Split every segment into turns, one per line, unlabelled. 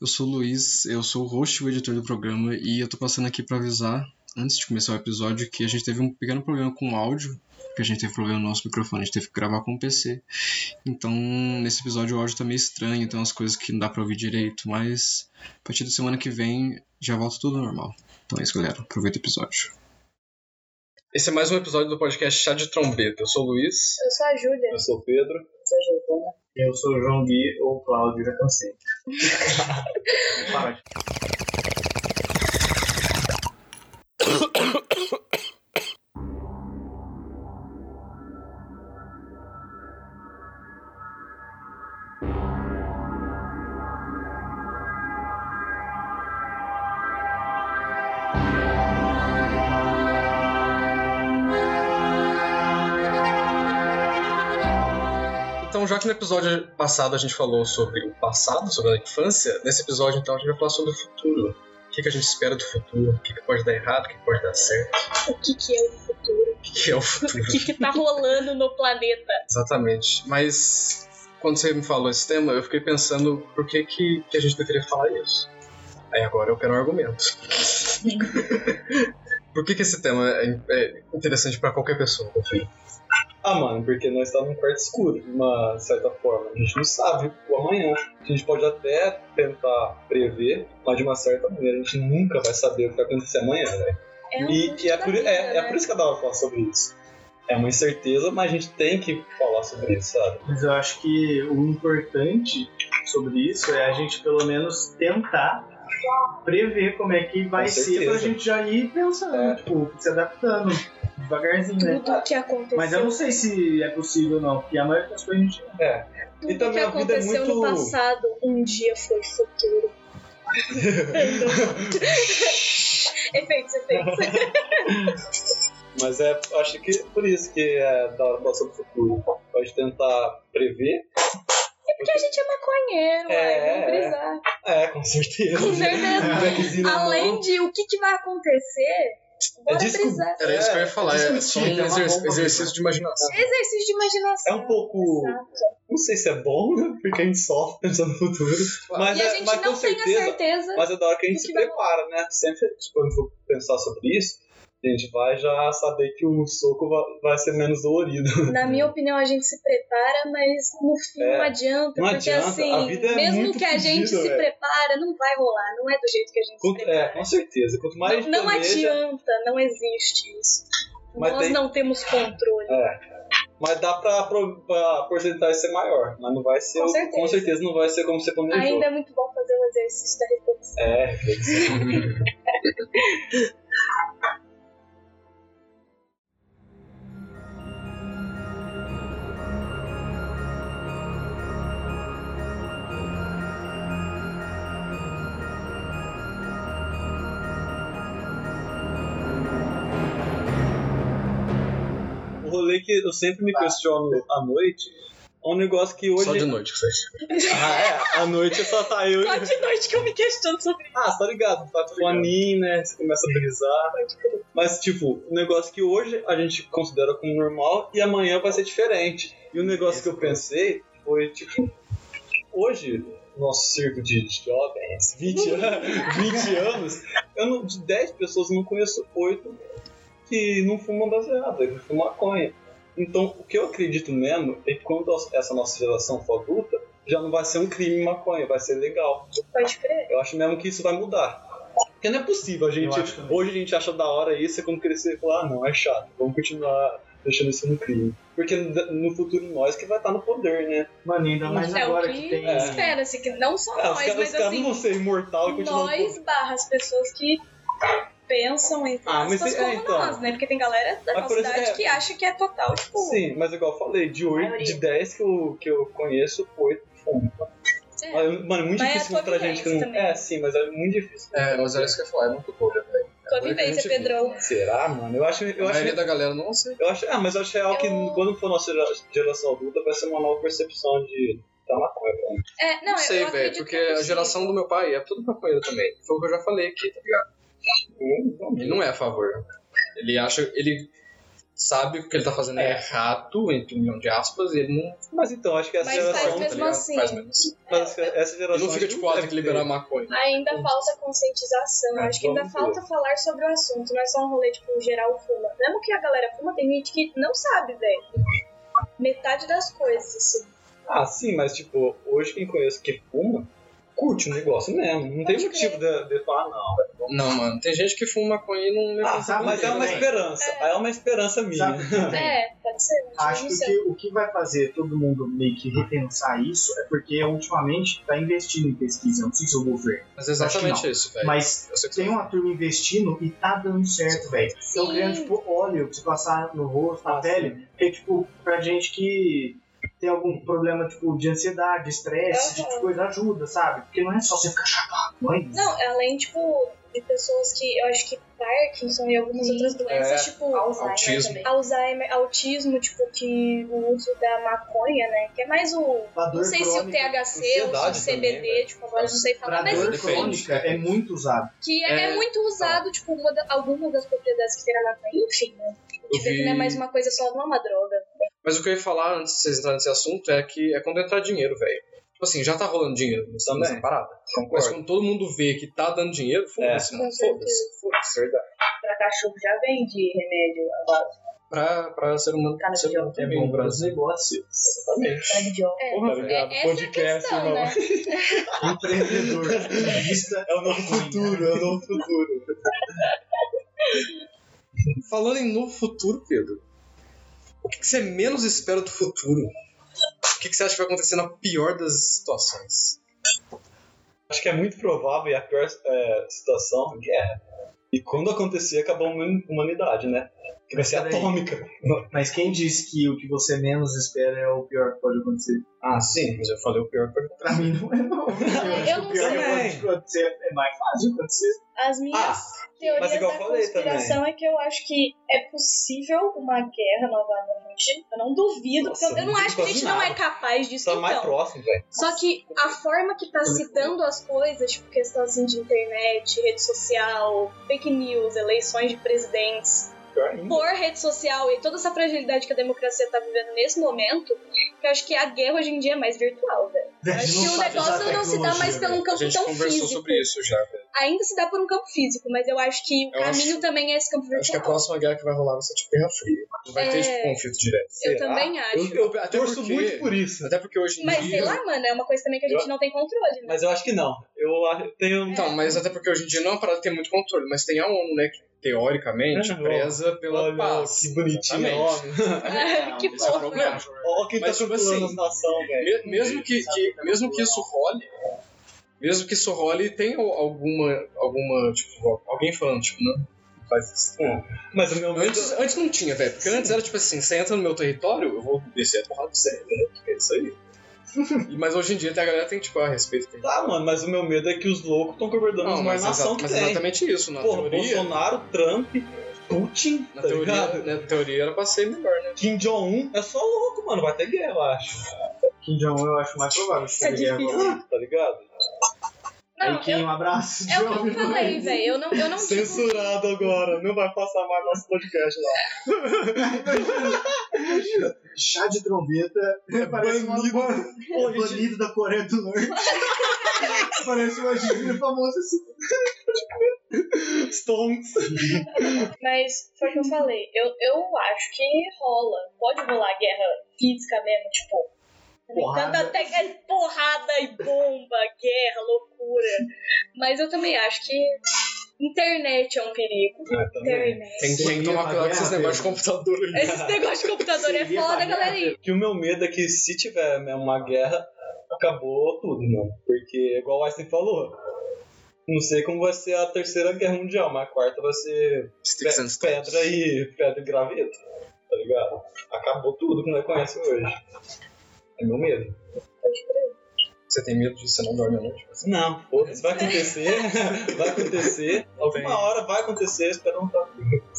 Eu sou o Luiz, eu sou o host e o editor do programa e eu tô passando aqui para avisar, antes de começar o episódio, que a gente teve um pequeno problema com o áudio, porque a gente teve problema no nosso microfone, a gente teve que gravar com o PC. Então, nesse episódio o áudio tá meio estranho, tem umas coisas que não dá pra ouvir direito, mas a partir da semana que vem já volta tudo ao normal. Então é isso, galera. Aproveita o episódio.
Esse é mais um episódio do podcast Chá de Trombeta. Eu sou o Luiz.
Eu sou a Júlia.
Eu sou o Pedro.
Eu sou a Giovana.
Eu sou o João Gui ou Cláudio, já cansei. Para.
Então, já que no episódio passado a gente falou sobre o passado, sobre a infância, nesse episódio então a gente vai falar sobre o futuro. O que, que a gente espera do futuro, o que, que pode dar errado, o que, que pode dar certo,
O que, que é o futuro?
o que, que é o futuro.
O que, que tá rolando no planeta?
Exatamente. Mas quando você me falou esse tema, eu fiquei pensando por que, que, que a gente deveria falar isso. Aí agora eu quero um argumento. por que, que esse tema é, é interessante pra qualquer pessoa, confio?
Ah, mano, porque nós estamos num quarto escuro, de uma certa forma. A gente não sabe o amanhã. A gente pode até tentar prever, mas de uma certa maneira a gente nunca vai saber o que vai acontecer amanhã, velho.
É um
E, e é, por,
vida,
é, é
né?
por isso que eu tava falando sobre isso. É uma incerteza, mas a gente tem que falar sobre isso, sabe?
Mas eu acho que o importante sobre isso é a gente pelo menos tentar prever como é que vai
Com
ser
certeza.
pra gente já ir pensando,
É.
tipo, se adaptando devagarzinho, né?
Tudo tá que aconteceu.
Mas eu não sei se é possível não, porque a maioria das coisas a gente
É.
Tudo
E também
que
a vida é
aconteceu no
muito-
passado um dia foi futuro. efeitos, efeitos.
Mas é, acho que por isso que é da hora falar sobre o futuro. Pode tentar prever.
Porque a gente é maconheiro,
É,
uai,
é.
vamos brisar.
É, com certeza.
Com certeza.
Um backzinho na mão.
Além de o que, que vai acontecer, bora
discu-
brisar.
Era isso que eu ia falar, é só um
discutir, é uma
exer-
bomba,
exercício
né?
de imaginação.
Exercício de
É
imaginação.
um pouco. Não sei se é bom, né? Porque a gente sofre pensando no futuro. Mas,
E a
é-
gente
mas
não
com
tem a
certeza.
certeza.
Mas é da hora que a gente
do
se
que vai
prepara, né? Sempre, tipo, quando for pensar sobre isso, a gente vai já saber que o soco va- vai ser menos dolorido.
Na minha opinião, a gente se prepara, mas no fim
É.
não adianta.
Não
porque
adianta,
assim,
a vida é
mesmo
muito
que a gente
fodida,
se
velho.
prepara, não vai rolar. Não é do jeito que a gente
Quanto-
se
é,
prepara.
com certeza. Quanto mais a gente
não
planeja,
adianta, não existe isso.
Mas
Nós
tem-
não temos controle.
Mas dá pra, pro- pra porcentagem ser maior. Mas não vai ser.
Com
o-
certeza.
com certeza não vai ser como você planejou.
Ainda é muito bom fazer o exercício da reflexão.
É, reflexão. O rolê que eu sempre me questiono à noite é um negócio que hoje.
Só de noite, que você
Ah, é? À noite só tá eu e
Só de noite que eu me questiono sobre
ah, você tá ligado? Tá com aninho, né? Você começa a brisar. Mas, tipo, um negócio que hoje a gente considera como normal e amanhã vai ser diferente. E um negócio que eu pensei foi, tipo, hoje, nosso circo de jovens, 20 anos, 20 anos eu não, de 10 pessoas eu não conheço 8 que não fumam baseado, que fumam maconha. Então, o que eu acredito mesmo é que quando essa nossa geração for adulta, já não vai ser um crime maconha, vai ser legal.
pode crer.
Eu acho mesmo que isso vai mudar. Porque não é possível a gente.
acho também.
Hoje a gente acha da hora isso, e quando crescer falar, ah, não, é chato, vamos continuar deixando isso no crime. Porque no futuro nós que vai estar no poder, né?
Mano, ainda mais
é
agora
o
que,
que
tem.
espera-se, que não só
Ah, os
nós,
caras, os
mas
caras não
assim,
vão ser imortal e continuar. no
nós barra as pessoas que pensam em
Ah, mas
aspas
é,
como
então.
nós, né? Porque tem galera da
Mas,
nossa
por exemplo,
idade
é-
que acha que é total, tipo,
poder. Sim, mas igual eu falei, de, oito,
maioria.
de 10 que eu, que eu conheço, 8 fumam.
é,
Mas, Mano, é muito
Mas é a
difícil
tua
encontrar gente que não.
vivência também.
É, sim, mas é muito difícil.
É, mas era isso que eu ia falar, é muito bolha, velho.
tua
Agora que a
vivência,
gente vê.
Pedrão.
Será, mano? Eu acho.
A
Eu acho
maioria da galera não sei.
Eu acho, ah, mas eu acho real que
Eu-
quando for nossa gera- geração adulta vai ser uma nova percepção de da maconha. pra mim.
É, não,
Não,
eu-
sei,
eu
velho,
acredito
porque
que
a
sim.
geração do meu pai é tudo maconheiro também. Foi o que eu já falei aqui, tá ligado?
Hum, vamos ver.
Ele não é a favor. Ele acha. Ele sabe o que ele tá fazendo
É.
é errado, entre um milhão de aspas, e ele não
Mas então, acho que essa
Mas
geração.
faz mesmo
ligado?
assim.
Faz menos.
mas acho que essa
Ele
geração.
não fica
acho
tipo, ah, tem
deve
que liberar
ter.
maconha.
Ainda falta conscientização. Eu
É,
acho que ainda
vamos
falta falar sobre o assunto. Não é só um rolê, tipo, geral fuma. Mesmo que a galera fuma, tem gente que não sabe, velho. Metade das coisas, assim.
Ah, sim, mas tipo, hoje quem conhece que fuma, curte o negócio mesmo. Não tem
Pode
motivo de, de falar, não.
Não, mano, tem gente que fuma maconha e não um
Ah,
levanta
sabe,
mas é uma
também.
esperança. É uma esperança minha.
Sabe o que também?
É, pode ser. não
Tá Acho
sei.
que o que vai fazer todo mundo meio que repensar isso é porque ultimamente está investindo em pesquisa, não sei se é o governo,
Mas é exatamente isso, velho.
mas
Eu sei que
tem
um
uma turma investindo e tá dando certo, velho. Estão
Sim. né?
criando, tipo, óleo pra você passar no rosto, na
Ah,
pele, que é, tipo, pra gente que tem algum problema, tipo, de ansiedade, estresse, esse tipo de
Aham.
coisa, ajuda, sabe? Porque não é só você ficar chapado, não é isso.
Não, além, tipo, de pessoas que eu acho que Parkinson e algumas
Sim.
outras doenças,
É,
tipo.
autismo.
também.
Alzheimer, autismo, tipo, que o uso da maconha, né? Que é mais o.
Pra dor
Não sei se o
crônica-
THC ou
ansiedade
se o CBD,
também,
tipo, agora eu não sei
Pra
falar, mas
dor
Depende.
crônica é muito usado.
que é,
É,
tá.
muito usado, tipo, uma da- algumas das propriedades que tem na maconha, enfim, né?
Eu
Tipo, que não é
vi-
mais uma coisa só, não é uma droga.
Mas o que eu ia falar antes de vocês entrarem nesse assunto é que é quando entrar dinheiro, velho. Tipo assim, já tá rolando dinheiro nessa,
Também.
nessa parada. Mas
Concordo.
quando todo mundo vê que tá dando dinheiro, foda-se,
É.
mano.
Com certeza.
Foda-se, foda-se.
Verdade.
Pra cachorro já vende remédio à base
Pra, pra ser humano,
Cara,
ser humano
É
também,
bom
no
para os
Brasil.
negócios.
Exatamente.
de óculos.
É,
tá
Porra,
é,
velho.
essa é a questão, né?
Empreendedor, vista
É o novo futuro, é o novo futuro.
Falando em novo futuro, Pedro, o que, que você menos espera do futuro? O que, que você acha que vai acontecer na pior das situações?
Acho que é muito provável e a pior é, situação é guerra. E quando acontecer, acabou a human- humanidade, né? Que vai ser
Peraí.
atômica.
Mas quem diz que o que você menos espera é o pior que pode acontecer?
Ah, sim, mas eu falei o pior.
Pra mim não é não.
eu não
o pior que
sei.
pode acontecer é mais fácil de acontecer.
As minhas
Ah,
teorias
mas igual
da
eu falei
conspiração é que eu acho que é possível uma guerra novamente. Eu não duvido,
Nossa,
porque eu, eu
não
não
duvido
acho que a gente
quase
não é
nada.
capaz disso,
Tá mais
então.
próximo, velho.
Só que a forma que tá se dando as coisas, tipo questão assim de internet, rede social, fake news, eleições de presidentes,
Pior ainda.
por rede social e toda essa fragilidade que a democracia tá vivendo nesse momento, que eu acho que a guerra hoje em dia é mais virtual, velho.
A
Acho
gente não
que o
sabe
negócio
usar
não se dá mais
tecnologia,
pelo
velho.
né? A
campo
gente
tão
conversou
físico.
sobre isso já, né? velho.
Ainda se dá por um campo físico, mas eu acho que o
Eu acho-
caminho também é esse campo
Eu Acho que a
virtual.
próxima guerra que vai rolar vai ser tipo Guerra Fria. Não vai
É.
ter tipo, conflito direto.
Eu
Será?
também acho.
Ah, Eu- eu- até
torço
porque-
muito por isso.
Até porque hoje em
Mas sei
dia.
lá, mano, é uma coisa também que a gente não tem controle, né?
Mas eu acho que não. Eu acho- tenho. um
Então, mas até porque hoje em dia não é uma parada que tem muito controle, mas tem a ONU, né? Que teoricamente
Ah,
preza pela
Olha,
paz.
que bonitinho
Exatamente.
homem.
que
Esse é o
porra.
problema.
Olha quem
Mas,
tá
tipo
controlando
assim,
a nação, velho.
Me- mesmo que, que- mesmo que isso role, mesmo que isso role, tem al- alguma, alguma tipo, alguém falando, tipo, não. não Faz isso.
Mas o meu medo.
Antes, antes não tinha, velho. Porque antes era tipo assim, você entra no meu território, eu vou descer a porrada de você, né? Que É isso aí. E- mas hoje em dia até a galera tem, tipo, a respeito. Tem.
Tá, mano, mas o meu medo é que os loucos estão governando
Não,
a maior
mas,
nação
exa
que
mas
tem.
exatamente isso. Na
Porra,
teoria.
Bolsonaro, Trump, Putin,
Na
tá
teoria, né?
ligado?
na teoria era pra ser melhor, né?
Kim Jong-un é só louco, mano. Vai ter guerra, eu acho.
Kim Jong-un eu acho mais provável. que
é
ele é
difícil.
agora.
Tá ligado?
Não,
Aí, Kim,
eu,
um abraço.
é o que eu
Jovem.
falei, velho. Eu não, eu não digo
Censurado agora. Não vai passar mais nosso podcast lá.
Chá de trombeta É, parece
banido.
uma ban-
Pô,
é banido da Coreia do Norte. parece uma gíria famosa assim.
Stonks.
Mas foi o que eu falei. Eu, eu acho que rola. Pode rolar guerra física mesmo, tipo. tem
Porrada.
Tanta te- é porrada e bomba, guerra, loucura. Mas eu também acho que internet é um perigo. Internet.
Tem, tem que
Seria
tomar
uma
cuidado com esses
guerra,
negócios de computador aí.
Esses negócios de computador é
Seria
foda,
barato.
galerinha.
Que o meu medo é que se tiver mesmo uma guerra, acabou tudo, mano. Porque, igual o Einstein falou, não sei como vai ser a terceira guerra mundial, mas a quarta vai ser
Sticks and stones.
pedra e pedra e graveto, tá ligado? Acabou tudo que nós conhecemos hoje. É meu medo.
Você tem medo de você não dorme à noite?
Não, foda-se, vai acontecer, vai acontecer, alguma hora vai acontecer, eu espero não tá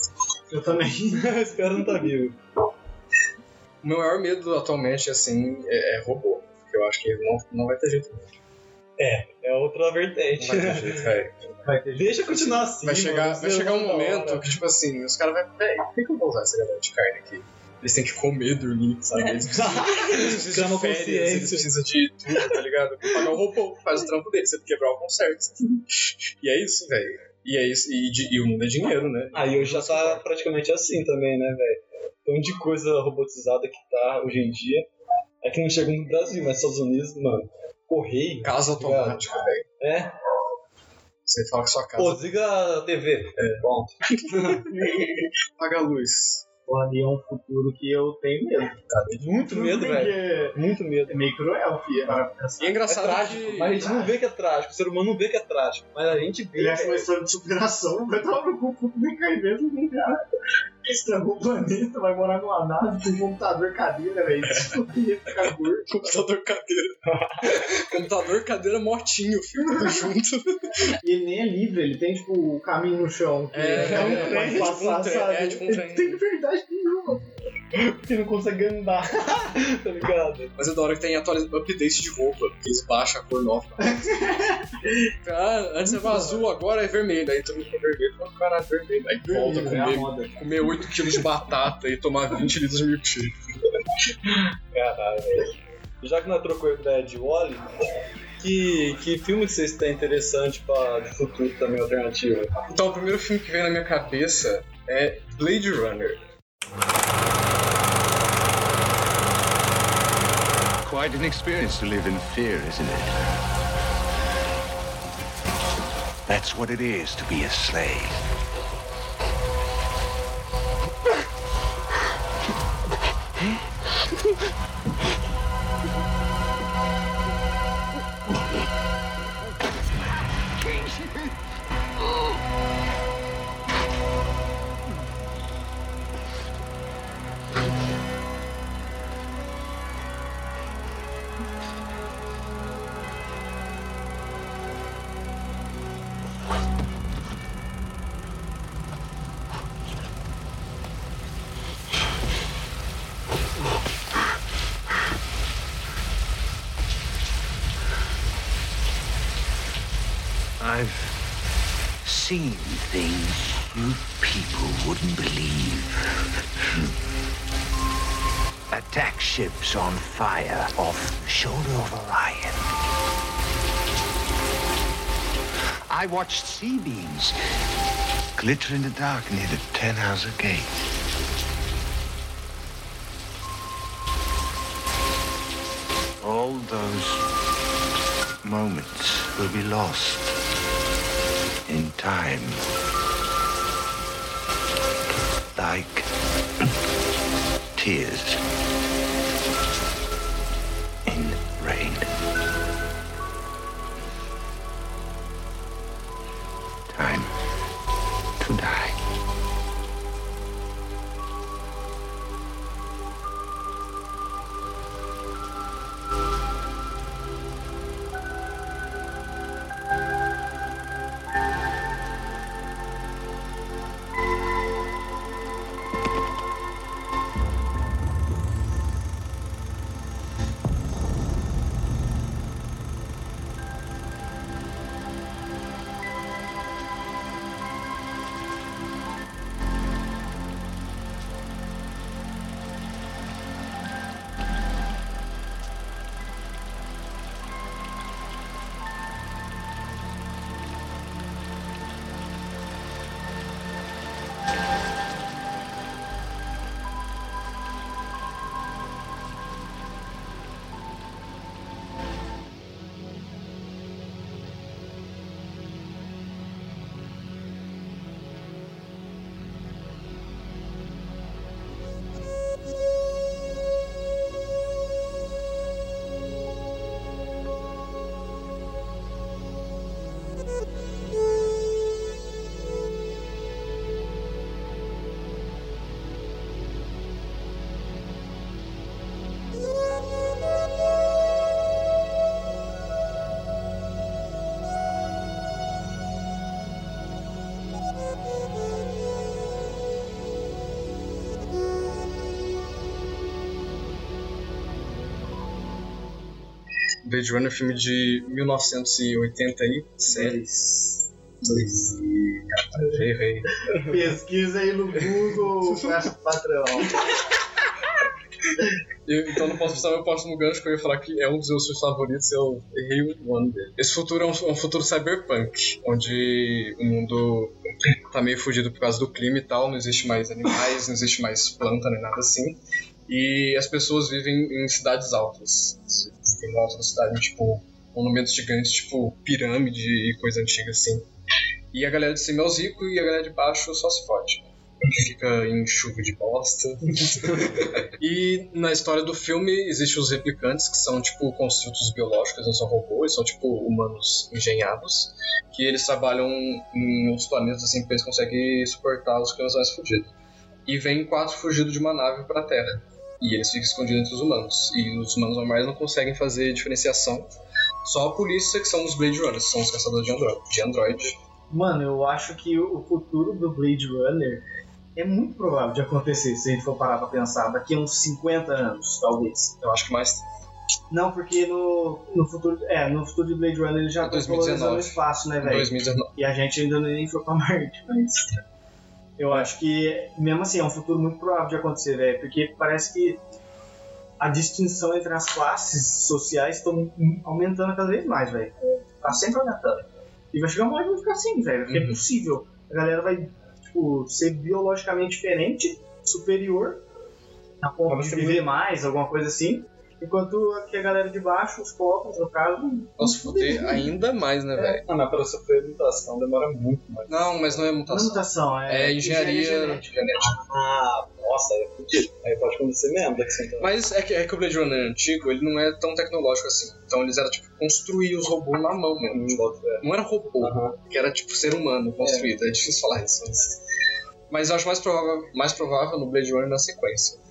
Eu também.
eu espero não tá vivo.
O meu maior medo atualmente, assim, é, é robô. Porque eu acho que não, não vai ter jeito.
É outra vertente.
Não vai ter jeito, velho.
Vai ter gente.
Deixa continuar assim.
Vai chegar,
mano,
vai
isso é
chegar um
muito da
momento
hora.
que, tipo assim, os caras vão. Véi, por que, que eu vou usar essa galera de carne aqui? Eles têm que comer, dormir, sabe? Eles precisam, eles precisam
Cama
de férias,
consciente.
eles precisam de tudo, tá ligado? Tem que Pagar o robô que faz o trampo dele, você tem que quebrar o conserto. E é isso, velho. E é isso, e, de- e o mundo é dinheiro, né?
Aí hoje já tá praticamente assim também, né, velho? Tanto de coisa robotizada que tá hoje em dia. É que não chega no Brasil, mas nos Estados Unidos, mano. Correio.
Casa automática, velho.
É.
Você fala que sua casa
Pô, desliga a TV. É. Bom,
apaga a luz.
Pô, ali é um futuro que eu tenho medo.
Tá, desde
muito medo,
Porque
velho. Muito medo.
É meio cruel, filho. Assim,
E é engraçado
É trágico,
que...
mas a gente não vê que é trágico. O ser humano não vê que é trágico. Mas a gente vê. tá
Ele acha uma
velho.
história de superação, vai tomar no cu, puto nem cai dentro do cara. Estragou o planeta, vai morar numa nave com um computador cadeira, velho. Tipo, ia ficar gordo.
Computador cadeira. Computador cadeira mortinho, filho. Tudo junto.
E ele nem é livre, ele tem, tipo, o caminho no chão. que
É,
ele não
é,
pode
é, tipo
passar,
um trem,
sabe?
é, tipo um
Ele
trem.
não tem liberdade nenhuma. Porque não consegue andar, tá ligado?
Mas é da hora que tem atualiz... update de roupa. Que eles baixam a cor nova. ah, antes era azul, agora é vermelho. Aí todo mundo fica vermelho. Fala, caralho, vermelho. né? Aí volta a
É a
comer,
moda.
comer 8 kg de batata e tomar 20 litros de milkshake.
Caralho, velho. Já que nós trocou a ideia de Wally, que, que filme que vocês têm interessante pra, de futuro também alternativo?
Então, o primeiro filme que vem na minha cabeça é Blade Runner.
Quite an experience to live in fear, isn't it? That's what it is to be a slave. I've seen things you people wouldn't believe. Attack ships on fire off the shoulder of Orion. I watched sea beams glitter in the dark near the Ten Hauser Gate. All those moments will be lost in time. Like tears in rain. Time to die.
Blade Runner é um filme de 1986.
Dois.
E. Caralho, errei.
Pesquisa aí no Google, fecha patrão.
Eu- então não posso pensar meu próximo gancho, que eu ia falar que é um dos meus filmes favoritos, eu errei o ano dele. Esse futuro é um, um futuro cyberpunk, onde o mundo tá meio fugido por causa do clima e tal, não existe mais animais, não existe mais planta nem nada assim. E as pessoas vivem em cidades altas. Tem uma alta cidade, tipo, monumentos gigantes, tipo pirâmide e coisa antiga assim. E a galera de cima é os ricos e a galera de baixo só se fode. Fica em chuva de bosta. E na história do filme existem os replicantes, que são tipo construtos biológicos, não são robôs, são tipo humanos engenhados, que eles trabalham em outros planetas assim, porque eles conseguem suportar os climas mais fugidos. E vem quatro fugidos de uma nave pra Terra. E eles ficam escondidos entre os humanos. E os humanos normais não conseguem fazer diferenciação. Só a polícia, que são os Blade Runners, que são os caçadores de android. De android.
Mano, eu acho que o futuro do Blade Runner é muito provável de acontecer, se a gente for parar pra pensar, daqui a uns 50 anos, talvez.
Eu acho que mais.
Não, porque no, no futuro. É, no futuro de Blade Runner ele já tá
2019.
colonizando o espaço, né, velho?
2019.
E a gente ainda nem foi pra Marte, mas. Eu acho que, mesmo assim, é um futuro muito provável de acontecer, velho. Porque parece que a distinção entre as classes sociais estão aumentando cada vez mais, velho. Tá sempre aumentando. E vai chegar uma hora que vai ficar assim, velho. Porque é
Uhum.
possível. A galera vai, tipo, ser biologicamente diferente, superior, a ponto
Mas
de
você
viver mais, alguma coisa assim. Enquanto que a galera de baixo, os pobres, no caso,
Posso fuder ainda mais, né, velho?
Ah, não, pera, essa fermentação demora muito mais.
Não, mas não é
não é
mutação.
mutação, é,
É engenharia
genética.
genética.
Ah, nossa, aí é fudido. Aí pode acontecer mesmo daqui a 50 anos.
Mas é que, é que o Blade Runner antigo, ele não é tão tecnológico assim. Então eles eram, tipo, construir os robôs na mão
Uhum.
mesmo. Tipo,
Hum, bota fé.
Não era robô,
Aham.
que era, tipo, ser humano construído. É, difícil falar isso, mas... Mas eu acho mais provável, mais provável no Blade Runner na sequência.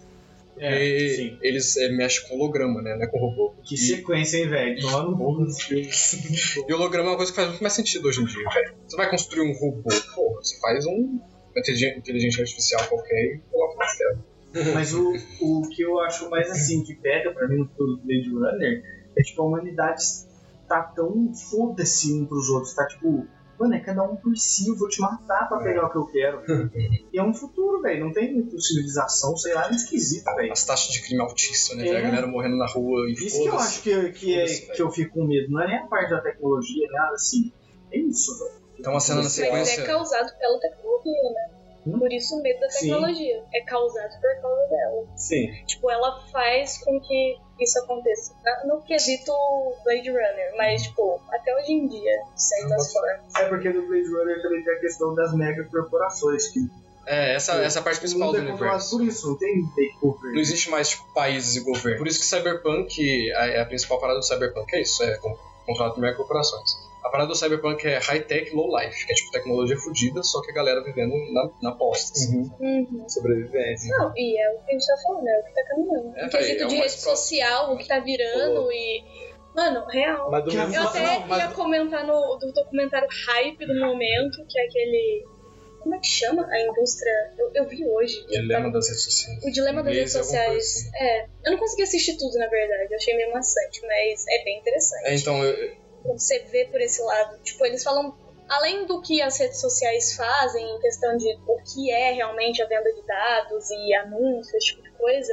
É,
Porque
sim.
eles é, mexem com holograma, né? Não é com robô.
Que sequência, hein, velho? Tomar no bolo dos filmes.
E holograma é uma coisa que faz muito mais sentido hoje em dia, velho. Você vai construir um robô, pô, você faz um... uma inteligen- Inteligência artificial qualquer e coloca na tela.
Mas o, o que eu acho mais assim, que pega pra mim no futuro do Blade Runner, é tipo a humanidade tá tão foda-se um pros outros, tá tipo, mano, é cada um por si, eu vou te matar pra pegar o que eu quero. e é um futuro, velho, não tem muito civilização, sei lá, é muito esquisito, velho.
As taxas de crime altíssimas, né?
É.
A galera morrendo na rua e
Isso que eu
foda-se.
acho que, que, é,
Foda-se, velho.
que eu fico com medo, não é nem a parte da tecnologia, nada assim. É isso, velho.
Então a cena na
Mas é
sequência...
causado pela tecnologia, né?
Hum?
Por isso o medo da
Sim.
tecnologia. É causado por causa dela.
Sim.
Tipo, ela faz com que isso aconteça. Na- No quesito Blade Runner, mas, tipo, até hoje em dia, de certas formas.
É porque no Blade Runner também tem a questão das megacorporações, que
É, essa, essa é a parte principal
o mundo
do
é controlado
universo.
por isso, não tem takeover.
Não existe mais tipo, países e governo. Por isso que Cyberpunk, é, a, a principal parada do Cyberpunk é isso, é con- controlado por mega corporações. A parada do Cyberpunk é high-tech, low-life, que é tipo tecnologia fodida, só que a galera vivendo na, na bosta. assim.
Uhum.
Uhum.
Sobrevivência.
Não, e é o que a gente tá falando, é o que tá caminhando.
É,
no quesito
é o
de
mais
rede
próximo.
social, o que tá virando e. Mano, real.
Mas do
Que
mesmo
Eu
Não,
até
não, mas-
ia comentar no do documentário Hype do momento, que é aquele. Como é que chama? A indústria. Eu, eu vi hoje.
Dilema das redes sociais.
O dilema das redes
Inglês, alguma coisa assim.
sociais. É. Eu não consegui assistir tudo, na verdade. Eu achei meio maçante, mas é bem interessante.
É, então, eu-
Quando você vê por esse lado. Tipo, eles falam. Além do que as redes sociais fazem em questão de o que é realmente a venda de dados e anúncios, esse tipo de coisa,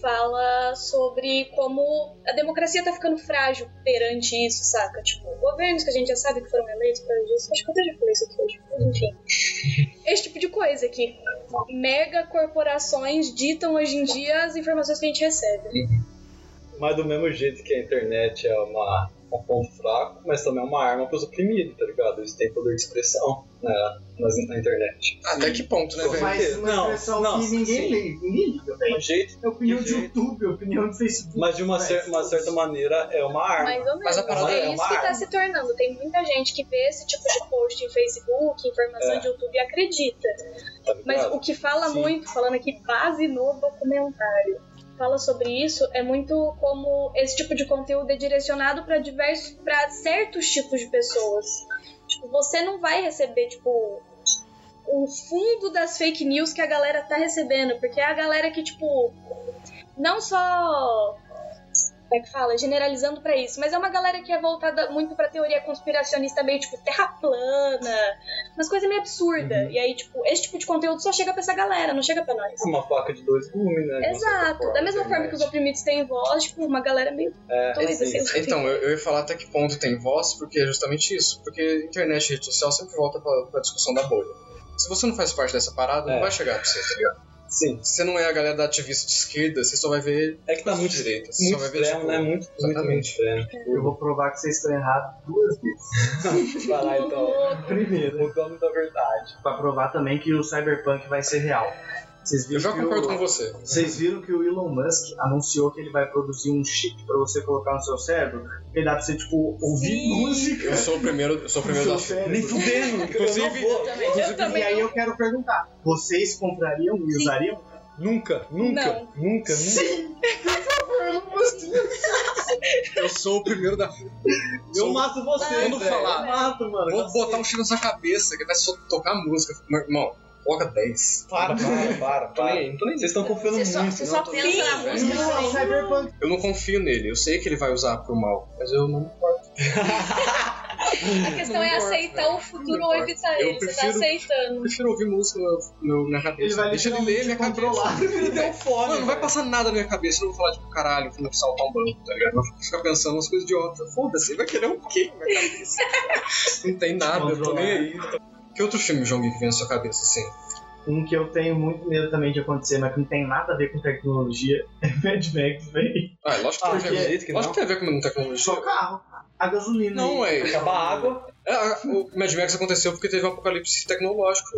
fala sobre como a democracia tá ficando frágil perante isso, saca? Tipo, governos que a gente já sabe que foram eleitos por causa disso. Acho que eu até já falei isso aqui hoje. mas Enfim. Esse tipo de coisa que mega corporações ditam hoje em dia as informações que a gente recebe.
Mas do mesmo jeito que a internet é uma, um ponto fraco, mas também é uma arma para os oprimidos, tá ligado? Eles têm poder de expressão né, nas- na internet.
até que ponto, né,
Só
velho?
vai-
Mas é uma
Não,
expressão
não,
que ninguém,
sim.
liga, ninguém liga,
De um
velho.
jeito,
É opinião
De
de
jeito.
YouTube, é opinião do Facebook.
mas de uma, cer- uma certa maneira é uma arma.
Mais ou menos.
Mas a parada
é
é isso
uma
que tá
arma.
se tornando. Tem muita gente que vê esse tipo de post em Facebook, informação
É.
de YouTube e acredita.
tá ligado?
Mas o que fala
Sim.
muito, falando aqui base no documentário, fala sobre isso, é muito como esse tipo de conteúdo é direcionado para diversos, para certos tipos de pessoas. Tipo, você não vai receber tipo o fundo das fake news que a galera tá recebendo, porque é a galera que tipo não só como é que fala, generalizando pra isso, mas é uma galera que é voltada muito pra teoria conspiracionista meio tipo terra plana, umas coisas meio absurdas. E aí, tipo, esse tipo de conteúdo só chega pra essa galera, não chega pra nós.
É uma faca de dois gumes, né? de uma certa
Exato, da mesma forma que os
internet.
oprimidos têm voz, tipo, uma galera meio
É,
doida,
esse-
sei lá.
Então, eu, eu ia falar até que ponto tem voz, porque é justamente isso. Porque internet e rede social sempre volta pra, pra discussão da bolha. Se você não faz parte dessa parada,
É.
não vai chegar pra você, tá ligado?
Sim.
Se você não é a galera da ativista de esquerda, você só vai ver
É que tá muito,
direita. Você
muito
só vai ver
extremo,
tipo,
né? Muito, muito, muito
Exatamente.
extremo.
Eu vou provar que vocês estão errados duas vezes.
Vai lá, então.
Primeiro,
Mudando da verdade.
pra provar também que o Cyberpunk vai ser real. Vocês viram
Eu já
que
concordo
o-
com você.
Vocês viram que o Elon Musk anunciou que ele vai produzir um chip pra você colocar no seu cérebro? Que dá pra você, tipo, ouvir música
Eu sou o primeiro, eu sou o
no
primeiro
seu
da
cérebro.
Nem fudendo,
Inclusive-
eu não vou.
também. Eu
E aí eu quero perguntar, vocês comprariam e
Sim.
usariam?
Nunca, nunca,
Não.
nunca, nunca.
Eu sou o primeiro da
Eu
Sou-
mato você,
Quando
velho.
falar,
Eu mato, mano.
Vou
Cacete.
botar um chip na sua cabeça que vai só tocar música. Meu irmão, coloca 10.
Para, para, para,
Tô nem
para.
aí, não tô nem aí.
Vocês estão confiando
Você
muito.
só, você
não,
só
tô
pensa na
bem,
música
Não,
também.
é Cyberpunk.
Eu não confio nele, eu sei que ele vai usar pro mal, mas eu não.
A questão
Não
é
importa,
aceitar
velho.
o futuro
Não
ou
importa.
evitar
Eu
ele. Você tá
prefiro-
aceitando.
Eu prefiro ouvir música no- no- na cabeça.
Ele vai
Deixa ele ler minha
literalmente
cabeça.
Ele deu fome.
Mano, não vai
velho.
passar nada na minha cabeça. Eu não vou falar, tipo, caralho, vou saltar um banco, tá ligado? Eu vou ficar pensando umas coisas idiotas. Foda-se, ele vai querer o quê na minha cabeça? não tem nada, eu tô nem aí. Que outro filme, João, que vem na sua cabeça, assim?
Um que eu tenho muito medo também de acontecer, mas que não tem nada a ver com tecnologia, é Mad Max, velho.
Ah, é lógico que tem
Ah,
a
que-
ver
que
com
não.
Lógico que tem a ver com tecnologia.
Só carro. A gasolina.
Não,
hein?
é.
Acabar a água.
É, a- O Mad Max aconteceu porque teve um apocalipse tecnológico.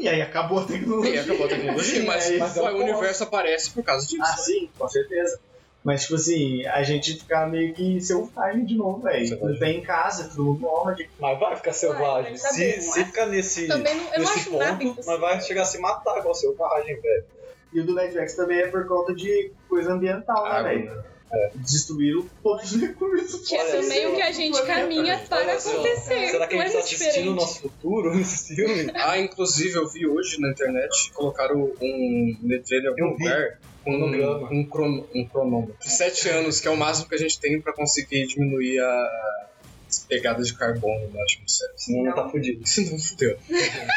E aí acabou a
E
tecnologia.
aí acabou a tecnologia,
Sim,
mas,
é,
mas é
o
o
universo aparece por causa disso.
Ah, sim, com certeza. Mas, tipo assim, a gente ficar meio que selvagem de novo, velho. Não tem em casa, todo mundo morre.
Mas vai ficar selvagem.
mas tá
se
bom,
se
é.
ficar nesse,
Também não, eu não
nesse
acho nada
ponto,
impossível.
mas vai chegar a se matar igual selvagem, velho.
E o do Mad Max também é por conta de coisa ambiental, né,
Água,
velho? Destruíram todos os recursos.
Que é
Olha
também
só,
o que a gente
olha
caminha para
Olha só,
acontecer.
Será que a
não
gente tá
é
assistindo o
diferente.
nosso futuro nesse filme?
Ah, inclusive eu vi hoje na internet, colocaram um letreiro em algum
Eu vi.
lugar com
Cronograma.
um, crono, um cronômetro. Sete anos, que é o máximo que a gente tem pra conseguir diminuir a as pegadas de carbono na atmosfera.
Senão tá fudido.
Isso não fudeu.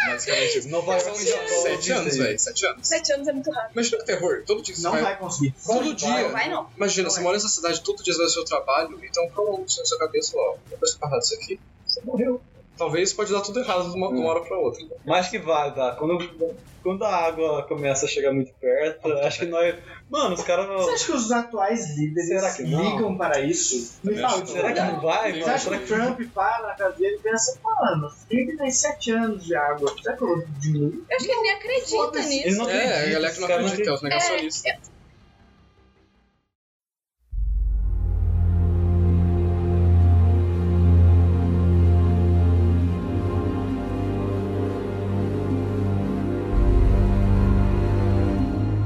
Basicamente isso.
Não vai
Sete
arranjar
anos.
É Sete anos, velho. Sete anos.
Sete anos é muito rápido.
Imagina que terror. Todo dia você
Não
vai-
vai conseguir.
Todo dia.
Não vai não.
Imagina, você mora nessa cidade, todo dia você vai ao seu trabalho, então cronômetro na sua cabeça, ó, depois que parar disso aqui, você morreu. Talvez pode dar tudo errado de uma, de uma hora pra outra.
Mas que vai dar. Quando, quando a água começa a chegar muito perto, acho que nós. Mano, os caras.
Você acha que os atuais
Será
líderes
que não?
ligam para isso? Me
Também
fala,
acho que não.
Será que não vai,
Você
mano?
acha
Será
que o
que
Trump para na casa dele e pensa, mano, ele tem 7 anos de água, é será que eu vou diminuir?
Eu acho que ele nem acredita
Foda-se.
eles
nisso.
não
É, a
acreditam,
galera
os
que não
caras
acredita, os negacionistas.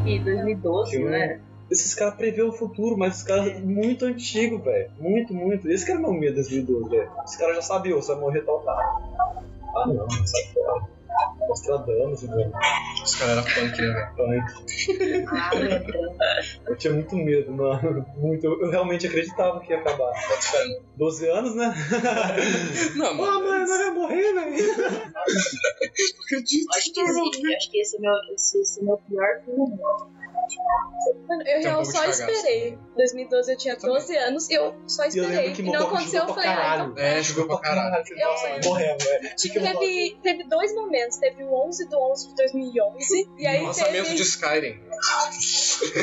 E 2012,
Que
né?
Esses caras prevê o futuro, mas os caras muito antigo, velho. Muito, muito. Esse cara não medo desse vidro, velho. Esse cara já sabia, você vai morrer tal data. Ah não, sai fora. Nostradamus, velho.
Os caras eram punk, né, velho?
Punk.
Ah, lembrando.
Eu tinha muito medo, mano. Muito. Eu, eu realmente acreditava que ia acabar. 12 anos, né?
Não,
Ah,
mano.
mano, nós vai morrer, velho.
Acho que esse, acho que esse é meu, esse, esse é meu pior filme.
tá
Mano, eu
Tem um
real
pouco
só
de cagaço.
esperei. 2012 eu tinha 12 anos, eu só
E eu
esperei.
lembro que
E não
Mocó
aconteceu, eu
jogou pra
falei, ah, então
caralho.
É, jogou pra caralho.
Eu sei.
Morremos, velho.
Tipo, teve, teve dois momentos. Teve o 11 do 11 de 2011. E aí
Lançamento
teve
de Skyrim.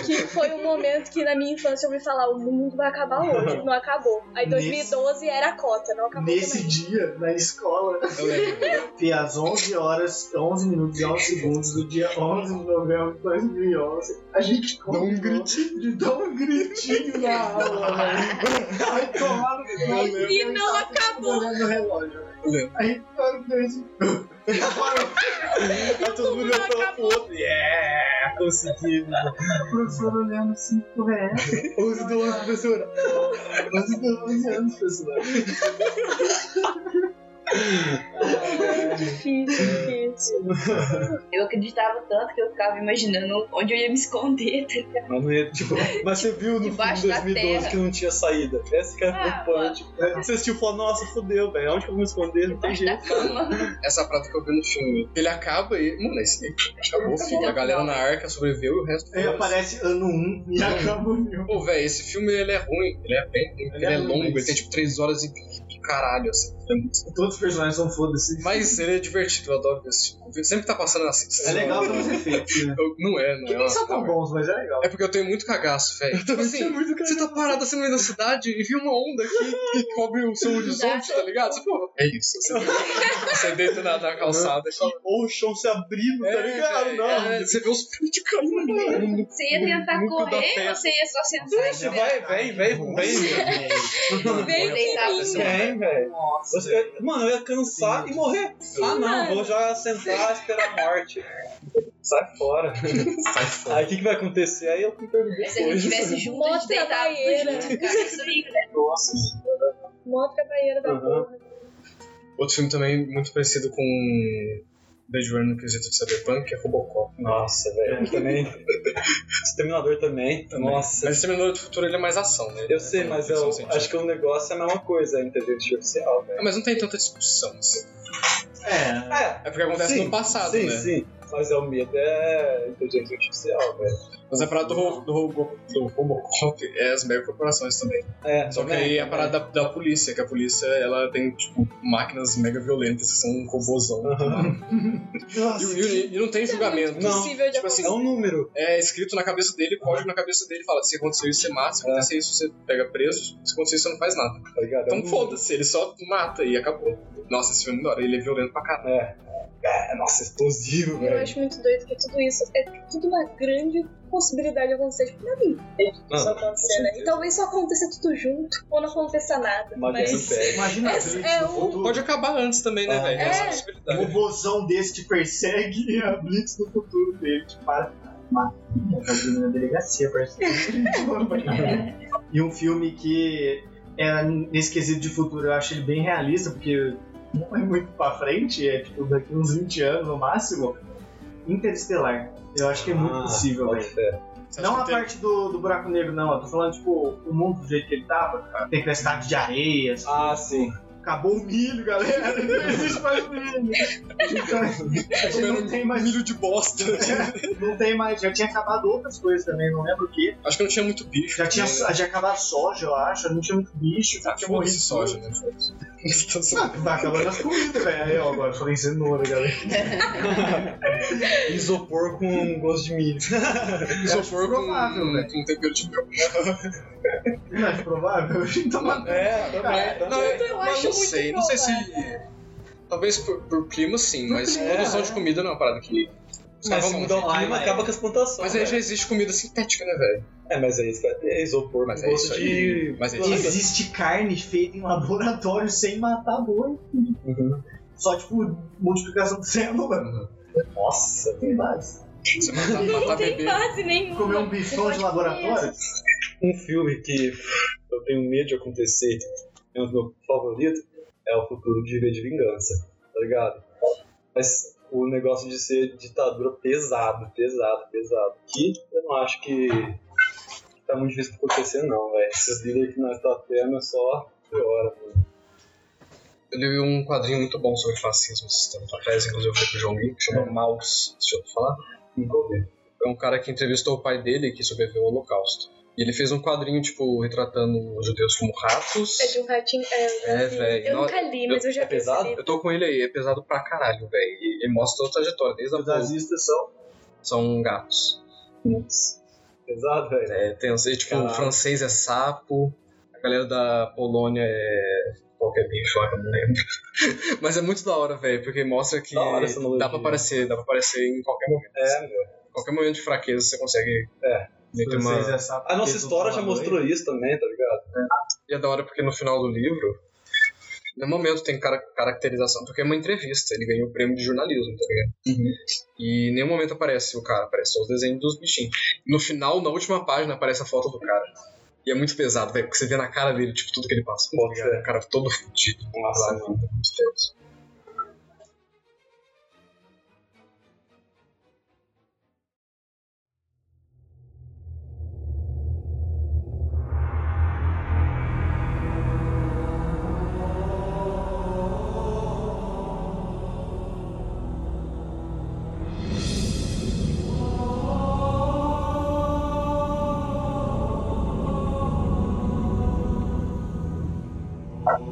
que foi um momento que na minha infância eu ouvi falar o mundo vai acabar hoje. Não acabou. Aí
Nesse-
2012 era a cota, não acabou
Nesse
também.
dia, na escola,
né?
Eu lembro.
que às 11 horas, 11 minutos e 11 segundos do dia 11 de novembro de 2011, a gente combinou
um
de dar um gritinho na aula, velho. Vai tomar no cu.
E não acabou.
né? Olhando o relógio.
Eu lembro.
Aí, para o grande.
Aí Tá todo mundo olhando pro outro. Yeah! Conseguimos.
A professora olhando assim, que porra é essa?
11 do 11, professora.
Mas eu tenho 11 anos, pessoal.
Difícil, difícil.
aconteceu. eu acreditava tanto que eu ficava imaginando onde eu ia me esconder. tá ligado?
Mas, não ia- tipo, mas você viu no filme de
Debaixo da
2012
terra.
que não tinha saída. Essa que era
Ah,
preocupante. Você assistiu e falou, nossa, fudeu, velho. Onde que eu vou me esconder? Não tem
Debaixo
jeito.
da cama.
Essa prata que eu vi no filme. Ele acaba e. Mano, esse acabou o filme. A galera na arca sobreviveu e o resto.
Aí É, aparece ano 1 e acaba o filme.
Pô, velho, esse filme ele é ruim, ele é bem ruim, ele,
é
é
ruim,
longo,
mas-
ele tem tipo 3 horas e do caralho, assim. ele é muito-
Todos os personagens são foda-se.
Mas ele é divertido, eu adoro ver esse filme. Sempre tá passando assim.
É legal pelos efeitos, né?
Eu- não é, não
Que
é.
nem
uma-
são tão
não é.
bons, mas é legal.
É porque eu tenho muito cagaço, velho. Tipo assim, você tá parado assim no meio da cidade e viu uma onda que, que cobre o seu horizonte, tá ligado? Você, pô, é isso. Você, você deita na, na calçada e fala.
Ou o chão se abrindo, tá ligado?
velho,
não.
assim. é, você vê os peitos caindo. no-
Você ia tentar
Nunca dá
correr
tempo.
ou você ia só sentar?
Você vai, vem, vem, vem.
Vem
Deitado
em mim.
Vem, velho. Você- eu- Mano, eu ia cansar e morrer. Ah, não, vou já sentar e esperar a morte. Sai fora.
Sai fora.
Aí o que, que vai acontecer? Aí eu me pergunto
né? Se a gente
depois.
tivesse junto, a
Outra
gente deitava
banheira.
junto, cara, isso aí, né?
Nossa.
Mó trabalheira da
Aham.
porra.
Outro filme também muito parecido com Blade Runner no quesito de Cyberpunk é Robocop.
Nossa, velho. Também. Exterminador também. Nossa.
Mas Terminador do Futuro ele é mais ação, né?
Eu sei, mas eu acho que o negócio é a mesma coisa a inteligência artificial, velho.
Mas não tem tanta discussão, assim.
É.
É,
É porque acontece
sim,
no passado,
sim,
né?
sim. Mas é o medo é inteligência artificial, velho.
Mas a parada do, ro- do, robo- do Robocop é as megacorporações também.
É,
Só que
também,
aí é a
também.
parada da, da polícia, que a polícia ela tem, tipo, máquinas mega violentas que são um robôzão.
Aham.
E,
Nossa,
e- e não tem julgamento.
Não.
Possível de
Tipo assim,
é um número.
é escrito na cabeça dele, código na cabeça dele, fala: se acontecer isso, você mata, se acontecer isso, você pega preso, se acontecer isso, você não faz nada.
Tá ligado? É
Então
um número.
foda-se, ele só mata e acabou. Nossa, esse filme é da hora, ele é violento pra caralho.
É. É, nossa, explosivo,
Eu
velho.
acho muito doido que tudo isso é tudo uma grande possibilidade de acontecer. Tipo, na vida isso
Mano,
acontecer, né? E talvez só aconteça tudo junto ou não aconteça nada.
uma
Mas
guerra pé.
Imagina a
É-
Blitz
é
no
um-
futuro.
Pode acabar antes também, né,
Ah,
velho?
é.
Essa é a
Um
possibilidade.
robôzão desse te persegue e a Blitz do futuro dele te para. Mata. Fazendo na delegacia, parceiro. e um filme que é, nesse quesito de futuro eu acho ele bem realista, porque não é muito pra frente, é tipo daqui uns 20 anos no máximo. Interestelar. Eu acho que é muito
Ah,
possível,
pode
velho.
ser.
Você
Não
acha
a
que tem-
parte do, do buraco negro, não. Eu tô falando, tipo, o mundo do jeito que ele tava. Tempestade de areia,
Ah, sim.
acabou o milho, galera. Não existe mais milho. Então, a gente não tem mais.
Milho de bosta.
Não tem mais. Já tinha acabado outras coisas também, não lembro o quê.
acho que não tinha muito bicho.
Já tinha,
também, né?
já acabado soja, eu acho. Não tinha muito bicho.
Ah, tinha um monte de soja, né? foda-se. Então, assim,
Ah, Tá acabando as comidas, velho. Aí, ó, agora só tem cenoura, galera.
Isopor com um gosto de milho.
Isopor com,
provável,
com,
né?
um tempero de mel.
Não é provável? Então, mano.
É,
É,
também.
não,
eu
mas
acho
não
muito
sei. Não sei se.
provável.
Talvez por, por clima, sim, mas
clima,
produção
é.
de comida não é uma parada que. Os
Mas
caras
se
vão
mudar o
Ai,
clima,
mas-
acaba com as plantações. né?
Mas aí já existe comida sintética, né, velho?
É, mas é isso, cara. é isopor
Mas
com
é
gosto
isso aí.
de...
Mas é isso aí.
Existe carne feita em laboratório sem matar boi.
Uhum.
Só, tipo, multiplicação de célula.
Uhum.
Nossa,
Tem mais.
Você matar, matar bebê.
Quase nenhuma.
Comer um bifão de laboratório?
um filme que eu tenho medo de acontecer, é um dos meus favoritos, é o futuro de V de Vingança, tá ligado? Mas o negócio de ser ditadura pesado, pesado, pesado, que eu não acho que tá muito difícil pra acontecer não, velho. Esses líderes que nós tá tendo é só piora, né? mano.
Eu li um quadrinho muito bom sobre fascismo esses tempos atrás, inclusive eu vi com o João Link, que chama
É.
Maus, deixa eu falar.
Nunca ouvi.
É um cara que entrevistou o pai dele que sobreviveu ao holocausto. E ele fez um quadrinho, tipo, retratando os judeus como ratos.
É de um ratinho. É, eu já
É,
vi.
velho,
Eu
não-
nunca li, mas eu já Tipo,
é
vi.
pesado?
Eu tô com ele aí, é pesado pra caralho, velho. E, e mostra toda a trajetória, desde a
Os nazistas são.
São gatos.
Pesado, velho.
É tenso. E, tipo,
Caralho.
o francês é sapo, a galera da Polônia é. Qualquer bicho, lá que eu não lembro. Mas é muito da hora, velho, porque mostra que
Da hora essa analogia.
dá pra aparecer, dá pra aparecer em qualquer momento.
É, meu.
qualquer momento de fraqueza você consegue
É.
meter uma.
Vocês é sapo,
A nossa
eles não
história já
tomam
mostrou
banho.
isso também, tá ligado?
E é da hora porque no final do livro, no momento tem cara- caracterização, porque é uma entrevista, ele ganhou o prêmio de jornalismo, tá ligado? E em nenhum momento aparece o cara, aparece só os desenhos dos bichinhos. No final, na última página, aparece a foto do cara. E é muito pesado, velho, porque você vê na cara dele, tipo, tudo que ele passa. Tá ligado? O cara todo fudido.
Nossa,
lá, muito tenso.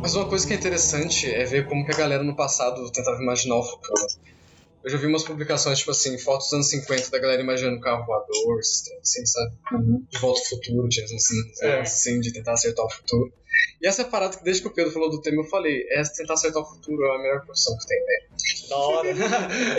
Mas uma coisa que é interessante é ver como que a galera no passado tentava imaginar o futuro. Eu já vi umas publicações, tipo assim, fotos dos anos 50 da galera imaginando um carro voador, esses trem assim, sabe? De volta ao futuro, de, assim,
É.
assim, de tentar acertar o futuro. E essa parada que desde que o Pedro falou do tema eu falei, é tentar acertar o futuro é a melhor profissão que tem, velho.
Da hora.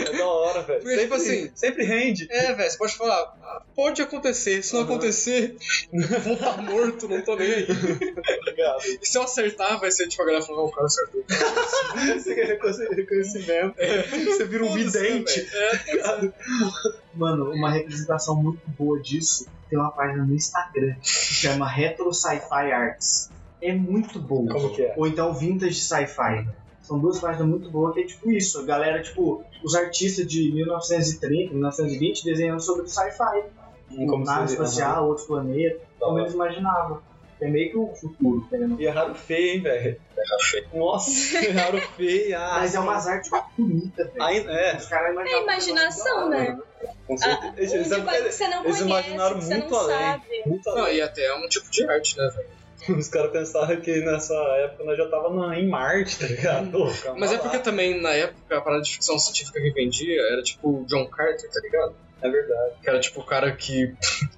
é da hora, velho.
Porque, tipo assim,
Sempre rende.
é, velho, você pode falar, "Ah, pode acontecer, se não
Aham.
acontecer, vou estar morto, não tô nem aí.
Obrigado.
E se eu acertar, vai ser tipo a galera falando, não, o cara acertou. É.
Reconhecimento.
Você vira
um vidente.
Mano, uma representação muito boa disso tem uma página no Instagram que chama Retro Sci-Fi Arts. É muito boa.
Como que é?
Ou então Vintage Sci-Fi. São duas páginas muito boas que é tipo isso. A galera, tipo, os artistas de 1930, 1920 desenhando sobre sci-fi. Como nave
né?
espacial, outro planeta, como eles imaginavam. É meio que o futuro, querendo.
E é raro feio, hein, velho? Nossa, é raro feio. Ah,
Mas é umas artes muito bonitas, velho.
Ainda é.
Os caras
É
imaginavam.
imaginação, né?
Com
Ah, um
Eles,
de coisa que
eles,
você não
eles
conhece,
imaginaram
que você
muito
não
além.
sabe.
é muito
Não,
além.
e até é um tipo de arte, né, velho?
Os caras pensaram que nessa época nós já tava na- em Marte, tá ligado? Pô, calma
Mas é
lá.
porque também, na época, a parada de ficção científica que vendia era tipo o John Carter, tá ligado?
É verdade.
Que era tipo o cara que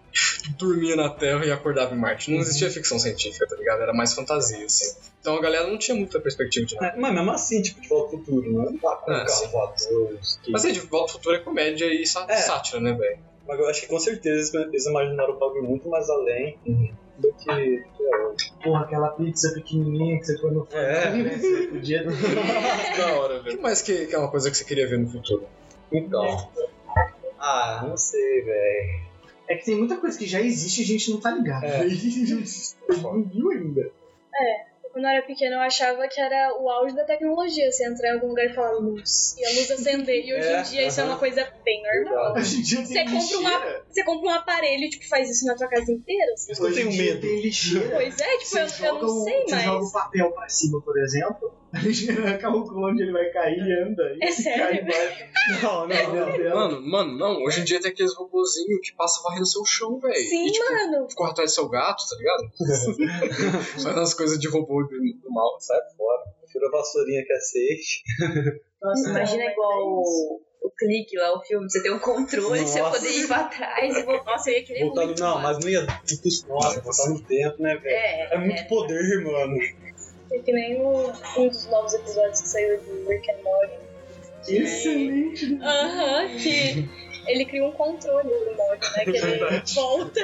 dormia na Terra e acordava em Marte.
Uhum.
Não existia ficção científica, tá ligado? Era mais fantasia, assim. Então a galera não tinha muita perspectiva de nada.
É, mas mesmo assim, tipo, de volta ao futuro, né? Não dá pra
É,
colocar
sim.
um voador, os que-
Mas aí, de volta ao futuro é comédia e sá-
É.
sátira, né, velho?
Mas eu acho que com certeza eles- eles imaginaram o bagulho muito mais além do que. do que é hoje.
Porra, aquela pizza pequenininha que você põe
Ah.
no forno.
É.
né? Você podia
da hora, velho. O que mais que, que é uma coisa que você queria ver no futuro?
Então. Ah, não sei, velho.
É que tem muita coisa que já existe e a gente não tá ligado.
É.
A gente não viu ainda.
Quando eu era pequena, eu achava que era o auge da tecnologia. Você entrar em algum lugar e falar luz, e a luz acender. E hoje
É,
em dia isso é
aham.
uma coisa bem normal.
Hoje em dia
Você
tem
compra, um
lixeira.
ap- você compra um aparelho tipo, faz isso na tua casa inteira? assim.
Isso que eu
Hoje em
tenho
dia
medo.
Tem lixeira.
Pois é, tipo, eu, eu
joga
não
o-
sei
você joga
mais.
o papel pra cima, por exemplo. A lixeira calcula onde ele vai cair e anda. E
É sério?
Cai
Não, É, não, não.
Mano, mano, não. Hoje em dia tem aqueles robôzinhos que passam varrendo seu chão, velho.
Sim,
E, tipo,
mano.
corre atrás do seu gato, tá ligado? Faz umas coisas de robô do do mal.
Sai fora. Prefiro a vassourinha que é safe.
Nossa, é imagina igual o, o clique lá, o filme. Você tem o controle, você
Nossa.
poder ir pra trás e voltar. Nossa, eu ia
É
querer
Voltar no...
muito.
Não,
mano.
mas não ia. Nossa, voltar no tempo, né, velho?
É,
É muito poder, mano.
É que nem o- um dos novos episódios que saiu de Rick and Morty.
é.
Excelente.
Aham, que ele cria um controle do Morty, né? Que ele volta.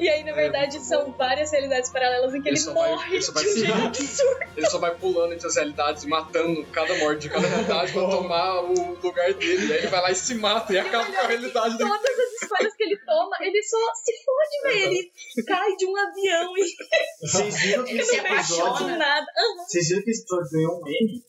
E aí, na verdade, são várias realidades paralelas em que ele,
só vai-
morre
ele só vai
de um jeito
pulando.
absurdo.
Ele só vai pulando entre as realidades e matando cada morte de cada realidade pra tomar o lugar dele. Aí ele vai lá e se mata e acaba com a realidade dele.
Todas as histórias que ele toma, ele só se fode, velho. Ele cai de um avião e
Vocês viram que
Ele
esse
se
não
apaixona.
episódio.
do nada. Ah,
Vocês viram que esse episódio ganhou um M?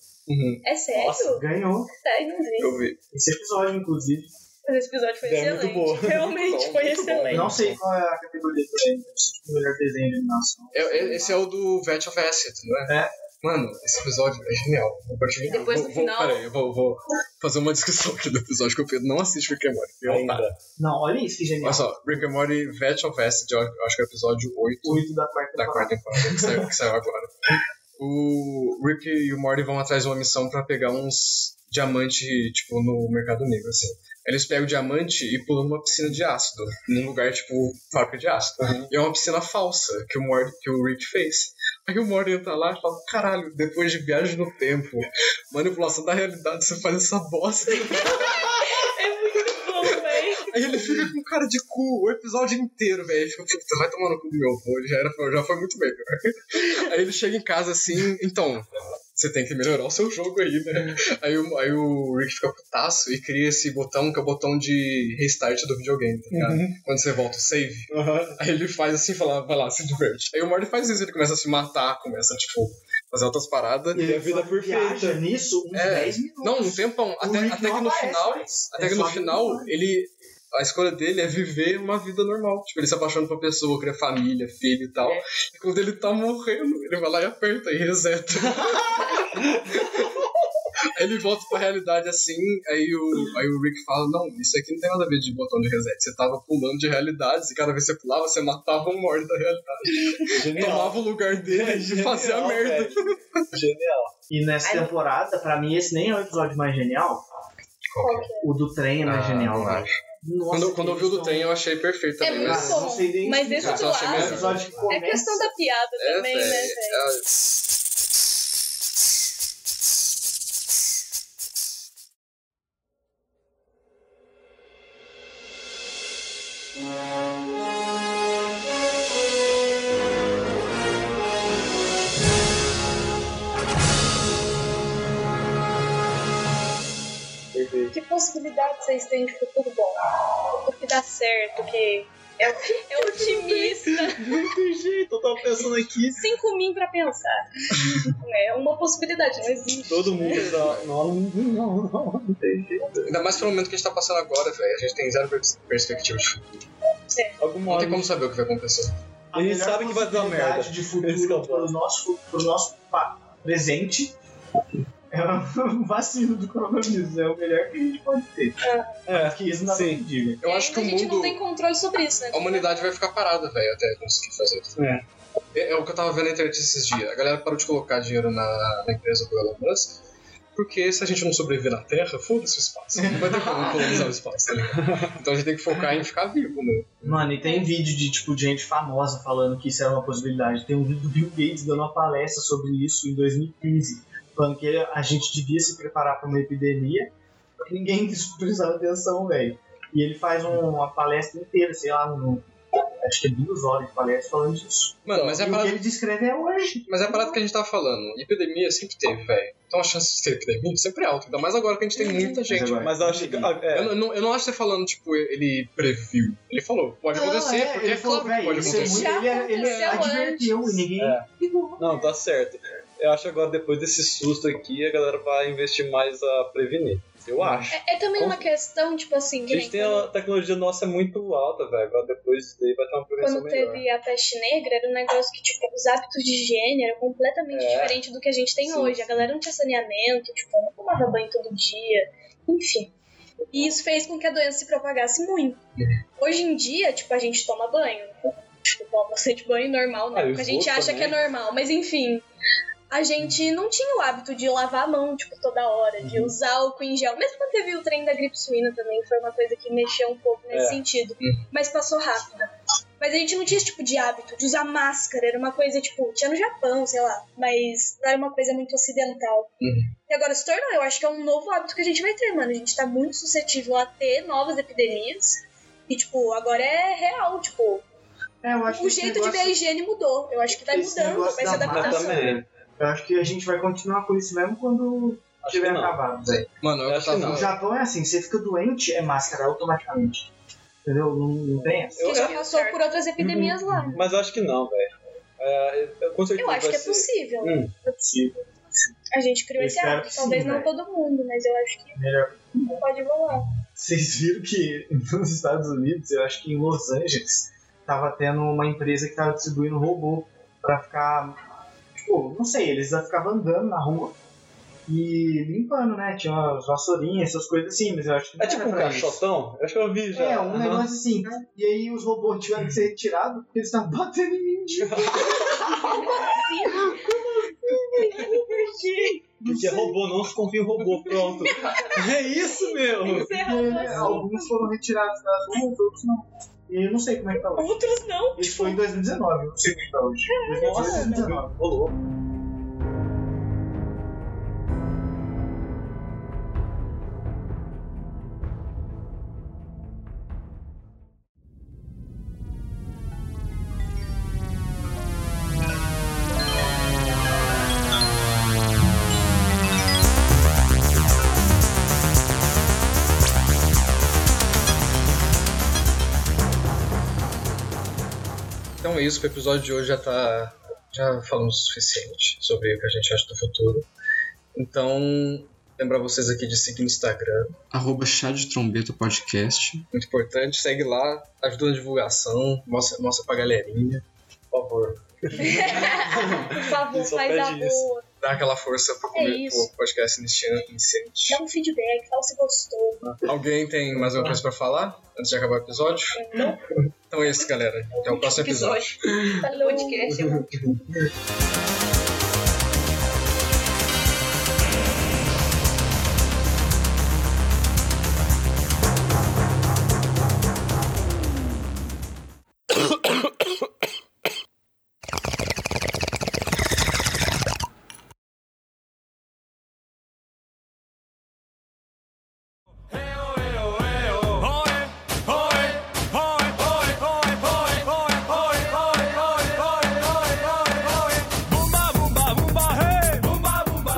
É sério?
Nossa.
Ganhou.
Tá, eu não vi.
Uhum, Eu vi.
Esse episódio, inclusive.
Mas esse episódio foi
É, muito
excelente.
bom.
Realmente foi excelente.
Não sei qual é a categoria do M. Tipo, melhor desenho de animação.
É- é- esse é o do Vet of Acid, não é?
É.
Mano, esse episódio é genial. Eu partilho-
Depois do
vou, vou,
final-
Peraí, eu vou, vou fazer uma descrição aqui do episódio que o Pedro não assiste Rick and Morty. Eu, tá.
Ainda.
Não, olha isso que
Olha
genial.
só, Rick and Morty Vet of Acid, eu acho que é o episódio 8.
Oito da quarta
da
temporada.
quarta temporada que saiu, que saiu agora. O Rick e o Morty vão atrás de uma missão pra pegar uns diamantes, tipo, no mercado negro, assim. Eles pegam o diamante e pulam numa piscina de ácido, num lugar tipo fábrica de ácido. E é uma piscina falsa que o, Morty, que o Rick fez. Aí o Morty entra lá e fala: caralho, depois de viagem no tempo, manipulação da realidade, você faz essa bosta.
Bom, véi.
Aí ele fica com cara de cu o episódio inteiro, velho. Ele fica, puta, vai tomar no cu do meu avô, ele já, era, já foi muito melhor. Aí ele chega em casa assim, então, você tem que melhorar o seu jogo aí, né? Aí, o- aí o Rick fica putaço e cria esse botão que é o botão de restart do videogame, tá ligado? Quando você volta o save.
Aham.
Aí ele faz assim e fala, vai lá, se diverte. Aí o Morty faz isso, ele começa a se matar, começa, tipo, fazer outras paradas.
E a vida
Só
perfeita.
viaja nisso uns
É.
10 minutos.
Não, um tempão,
O
até,
Rick
até
não
que no
aparece
final.
mais.
Até
É
que
só
no
a vida
final,
normal.
ele. A escolha dele é viver uma vida normal. Tipo, ele se apaixona por pessoa, cria família, filho e
É.
tal. E quando ele tá morrendo, ele vai lá e aperta e reseta. Aí ele volta pra realidade assim, aí o, aí o Rick fala, não, isso aqui não tem nada a ver de botão de reset. Você tava pulando de realidades e cada vez que você pulava, você matava um morto da realidade. Tomava o lugar
É
dele e fazia
É Genial,
merda.
velho. Genial.
E nessa
Ai.
temporada, pra mim, esse nem é o episódio mais genial.
Qual que é?
O do trem é mais
Ah,
genial,
não
velho. Nossa,
Quando, quando eu vi o do
eles
Tem, eu achei perfeito
É
também.
muito
mas-
Cara, não sei
bom, mas
identificar.
deixa de
Eu achei mesmo.
tão- O
lado.
episódio que
É
começa...
questão da piada
É,
também,
velho,
né,
é-
velho?
Perfeito.
Que possibilidade vocês têm de futuro bom? O que dá certo, que é, é otimista.
Muito jeito, eu tava pensando aqui.
Cinco mil pra pensar. É uma possibilidade, não existe.
Todo
É.
mundo tá. Não, não, não, não tem jeito.
é, Ainda mais pelo momento que a gente tá passando agora, velho. A gente tem zero pers- perspectiva de futuro.
É.
Alguma
Não
hora.
tem como saber o que vai acontecer.
A gente
melhor
sabe que vai dar
possibilidade
merda.
de
Esse que é o
futuro
plano.
pro nosso, pro nosso pa- presente é um vacilo do coronavírus. É o melhor que a gente pode ter.
É,
Que isso não dá pra
Sim.
pedir, velho.
Eu
E
acho que o
ainda É, a gente não
mundo.
tem controle sobre isso, né?
A humanidade vai ficar parada, velho, até conseguir fazer isso.
É.
É, é o que eu tava vendo na internet esses dias. A galera parou de colocar dinheiro na, na empresa do Elon Musk. Porque se a gente não sobreviver na Terra, foda-se o espaço. Não vai ter como colonizar o espaço, tá ligado? Então a gente tem que focar em ficar vivo, né?
Mano, e tem vídeo de tipo gente famosa falando que isso era uma possibilidade. Tem um vídeo do Bill Gates dando uma palestra sobre isso em 2015, falando que a gente devia se preparar para uma epidemia. Ninguém quis prestar atenção, velho. E ele faz um- uma palestra inteira, sei lá, no, acho que é duas horas de palestra falando disso.
Mano, mas é, a
e o que
parada,
ele descreve é hoje.
mas é a parada que a gente tava falando. Epidemia sempre teve, velho. Então a chance de ter epidemia sempre é alta. Ainda mais agora que a gente tem muita gente.
agora-
mas eu acho que. É,
Eu, não- eu não, eu não acho que você falando, tipo, ele previu. Ele falou, pode
Não,
acontecer,
é,
porque
ele
é
falou,
claro que
velho,
pode
isso é
acontecer.
muito-
Já
Ele, ele, ele
aconteceu
advertiu e
antes.
ninguém.
É. Não, tá certo. Eu acho que agora, depois desse susto aqui, a galera vai investir mais a prevenir. Eu acho.
É, é também uma questão, tipo assim,
A
que
gente
nem
tem
quando,
a tecnologia nossa é muito alta, velho. Agora depois disso daí vai ter uma prevenção
quando
melhor.
teve a peste negra, era um negócio que, tipo, os hábitos de higiene eram completamente
É.
diferentes do que a gente tem
Sim,
hoje. A
sim.
galera não tinha saneamento, tipo, não tomava banho todo dia, enfim. E isso fez com que a doença se propagasse muito. Hoje em dia, tipo, a gente toma banho. Tipo, toma bastante banho normal, né?
Ah, eu
Porque a gente
vou
acha que é
também.
normal, mas enfim. A gente não tinha o hábito de lavar a mão, tipo, toda hora,
Uhum.
de usar álcool em gel. Mesmo quando teve o trem da gripe suína também, foi uma coisa que mexeu um pouco nesse
É.
sentido. Mas passou rápido. Mas a gente não tinha esse tipo de hábito de usar máscara. Era uma coisa, tipo, tinha no Japão, sei lá. Mas não era uma coisa muito ocidental.
Uhum.
E agora se tornou, eu acho que é um novo hábito que a gente vai ter, mano. A gente tá muito suscetível a ter novas epidemias. E, tipo, agora é real, tipo,
É, eu acho que
o
esse
jeito de ver
negócio-
a higiene mudou. Eu acho que vai
esse
mudando,
negócio
vai se
da
Eu
adaptando.
máscara-
também.
Eu acho que a gente vai continuar com isso mesmo quando
Acho que
tiver
não.
acabado.
Mano, é o que eu
Acho que
tava
não.
O
falando.
Japão é assim, você fica doente, é máscara automaticamente. Entendeu? Não, não tem essa.
Que
Eu-
já
eu-
passou por outras epidemias lá.
Uhum.
Mas eu acho que não, velho. É, eu- com certeza
Eu acho
vai
que é
ser.
possível.
Hum.
É possível.
A gente criou
Eu
esse
espero
hábito.
que
Talvez
sim, né?
não
velho.
todo mundo, mas eu acho que
É Melhor.
pode rolar.
Vocês viram que nos Estados Unidos, eu acho que em Los Angeles, tava tendo uma empresa que tava distribuindo robô pra ficar. Tipo, não sei, eles ficavam andando na rua e limpando, né? Tinha umas vassourinhas, essas coisas assim, mas eu acho que não
É tipo
era
um
pra isso.
caixotão? Eu acho que eu vi já.
É, um
Aham.
negócio assim. E aí os robôs tiveram que ser retirados porque eles estavam batendo em mendigo.
Porque é robô, não se confia em robô, pronto. é isso, meu!
Porque alguns foram retirados das ruas, outros não. E eu não sei como é que tá hoje.
Outros não.
Isso foi em 2019, eu não sei como é que tá hoje. 2018, 2019.
Ô, louco.
Então é isso, que o episódio de hoje já tá. Já falamos o suficiente sobre o que a gente acha do futuro. Então, lembrar vocês aqui de seguir no Instagram,
Arroba chá de trombeta podcast.
muito importante, segue lá, ajuda na divulgação, mostra, mostra pra galerinha, por favor.
Por favor,
Só
faz a
pede isso.
boa.
dar aquela força pro,
É isso.
pro podcast Nistina Incente.
Dá um feedback, fala se gostou.
Alguém tem mais alguma coisa pra falar antes de acabar o episódio?
Não.
Então é isso, galera. Até o próximo episódio.
Falou. Podcast.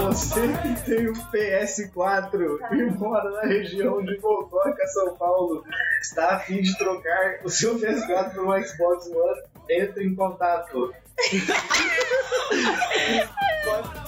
Você que tem o PS4 e mora na região de Mococa, São Paulo, está a fim de trocar o seu PS4 por um Xbox One, entre em contato. Pode